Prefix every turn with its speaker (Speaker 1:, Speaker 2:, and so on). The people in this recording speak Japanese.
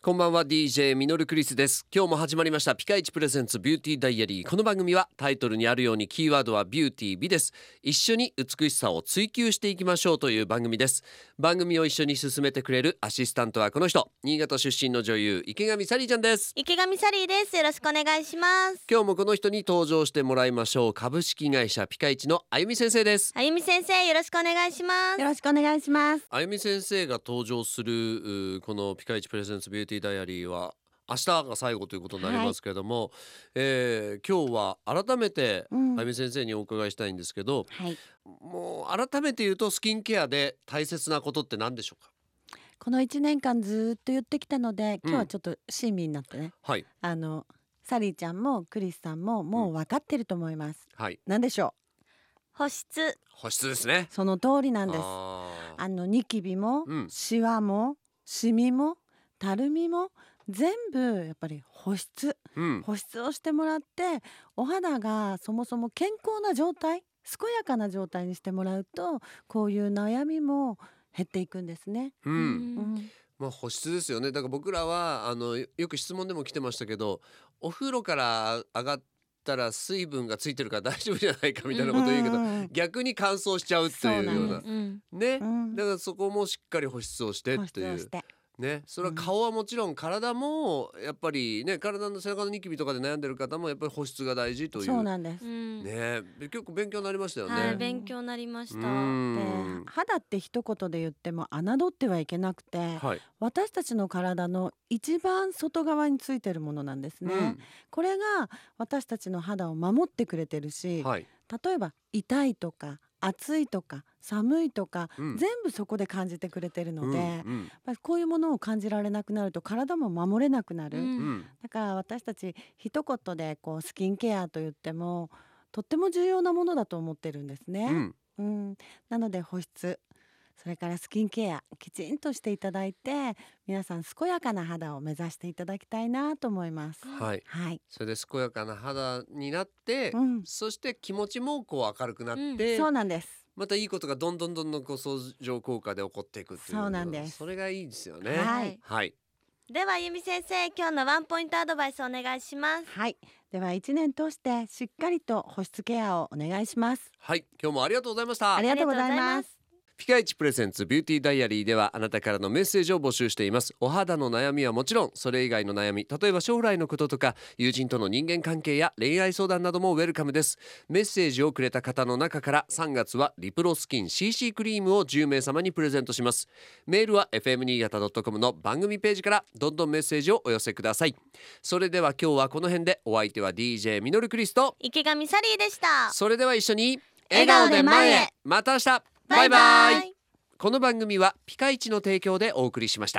Speaker 1: こんばんは DJ ミノルクリスです今日も始まりましたピカイチプレゼンツビューティーダイアリーこの番組はタイトルにあるようにキーワードはビューティー美です一緒に美しさを追求していきましょうという番組です番組を一緒に進めてくれるアシスタントはこの人新潟出身の女優池上紗里ちゃんです
Speaker 2: 池上サリーですよろしくお願いします
Speaker 1: 今日もこの人に登場してもらいましょう株式会社ピカイチのあゆみ先生です
Speaker 2: あゆみ先生よろしくお願いします
Speaker 3: よろしくお願いします。
Speaker 1: あゆみ先生が登場するうーこの「ピカイチプレゼンツビューティーダイアリーは」明日が最後ということになりますけれども、えー今日は改めて
Speaker 3: う
Speaker 1: あ
Speaker 3: ん
Speaker 1: ゆみ先生にお伺いしたいんですけど、
Speaker 3: はい。
Speaker 1: もう改めて言うとスキンケアで大切なことって何でしょうか
Speaker 3: この一年間ずーっと言ってきたので、
Speaker 1: うん
Speaker 3: 今日はちょっと親身になってね。
Speaker 1: はい
Speaker 3: あのサリーちゃんもクリスさんももう分かってると思います。
Speaker 1: はい
Speaker 3: なんでしょ
Speaker 2: 保湿
Speaker 1: 保湿ですね
Speaker 3: う。。その通りなんです。あ
Speaker 1: あー
Speaker 3: のニキビも、
Speaker 1: うん
Speaker 3: シワも、シミも、たるみも全部やっぱり保湿、
Speaker 1: うん
Speaker 3: 保湿をしてもらって、お肌がそもそも健康な状態、健やかな状態にしてもらうと、こういう悩みも減っていくんですね。
Speaker 1: う
Speaker 2: うん
Speaker 3: うん
Speaker 1: まあ保湿ですよねだから僕らはあのよよく質問でも来てましたけどお風呂から上がったら水分がついてるから大丈夫じゃないかみたいなこと言うけど、
Speaker 3: うんうんうん
Speaker 1: 逆に乾燥しちゃうっていうよう
Speaker 3: そう
Speaker 1: な
Speaker 3: なん
Speaker 2: ん
Speaker 1: ね、
Speaker 3: うん
Speaker 1: だからそこもしっかり保湿をして
Speaker 3: 保
Speaker 1: って
Speaker 3: 湿
Speaker 1: い
Speaker 3: を
Speaker 1: う
Speaker 3: して
Speaker 1: ねそれは
Speaker 3: うん
Speaker 1: 顔はもちろん体もやっぱりね体の背中のニキビとかで悩んでる方もやっぱり保湿が大事とい
Speaker 3: そう
Speaker 1: う
Speaker 3: なんです、
Speaker 2: うん
Speaker 1: ねで結構勉強になりましたよね。
Speaker 2: はい、
Speaker 3: ね
Speaker 2: 勉強になりまし
Speaker 1: う
Speaker 2: た
Speaker 3: で
Speaker 1: ん
Speaker 3: 肌って一言で言っても侮ってはいけなくて、
Speaker 1: はい、
Speaker 3: 私たちの体の一番外側についてるものなんですね、これが私たちの肌を守ってくれてる
Speaker 1: う
Speaker 3: し、
Speaker 1: ん、はい、
Speaker 3: 例えば痛いとか暑いとか寒いとか、
Speaker 1: うん
Speaker 3: 全部そこで感じてくれてるので、やっ
Speaker 1: うん
Speaker 3: ぱりこういうものを感じられなくなると体も守れなくなる、
Speaker 2: うん
Speaker 1: うんうん
Speaker 3: だから私たち一言でこうスキンケアと言ってもとっても重要なものだと思ってるんです
Speaker 1: う
Speaker 3: ね。
Speaker 1: ん
Speaker 3: うん、なので保湿それからスキンケアきちんとしていただいて皆さん健やかな肌を目指していただきたいなと思います。
Speaker 1: はい、
Speaker 3: はい、
Speaker 1: それで健やかな肌になって、
Speaker 3: うん、
Speaker 1: そして気持ちもこう明るくなって、
Speaker 3: そうなんです。
Speaker 1: またいいことがどんどんどんどんこう相乗効果で起こっていくっていう
Speaker 3: そうなんです
Speaker 1: それがいいですよね
Speaker 3: はい
Speaker 1: はい
Speaker 2: ではあゆみ先生今日のワンポイントアドバイスお願いします
Speaker 3: はい、では一年通してしっかりと保湿ケアをお願いします。
Speaker 1: はい今日もありがとうございました
Speaker 3: ありがとうござい
Speaker 2: ありがとうございま
Speaker 3: ますす。
Speaker 1: ピカイチプレゼンツビューティーダイアリーではあなたからのメッセージを募集していますお肌の悩みはもちろんそれ以外の悩み例えば将来のこととか友人との人間関係や恋愛相談などもウェルカムですメッセージをくれた方の中から3月はリプロスキン CC クリームを10名様にプレゼントしますメールは fm 新潟 .com の番組ページからどんどんメッセージをお寄せくださいそれでは今日はこの辺でお相手は DJ ミノルクリスと
Speaker 2: 池上サリーでした
Speaker 1: それでは一緒に
Speaker 2: 笑顔で前へ
Speaker 1: また明日バイバイこの番組はピカイチの提供でお送りしました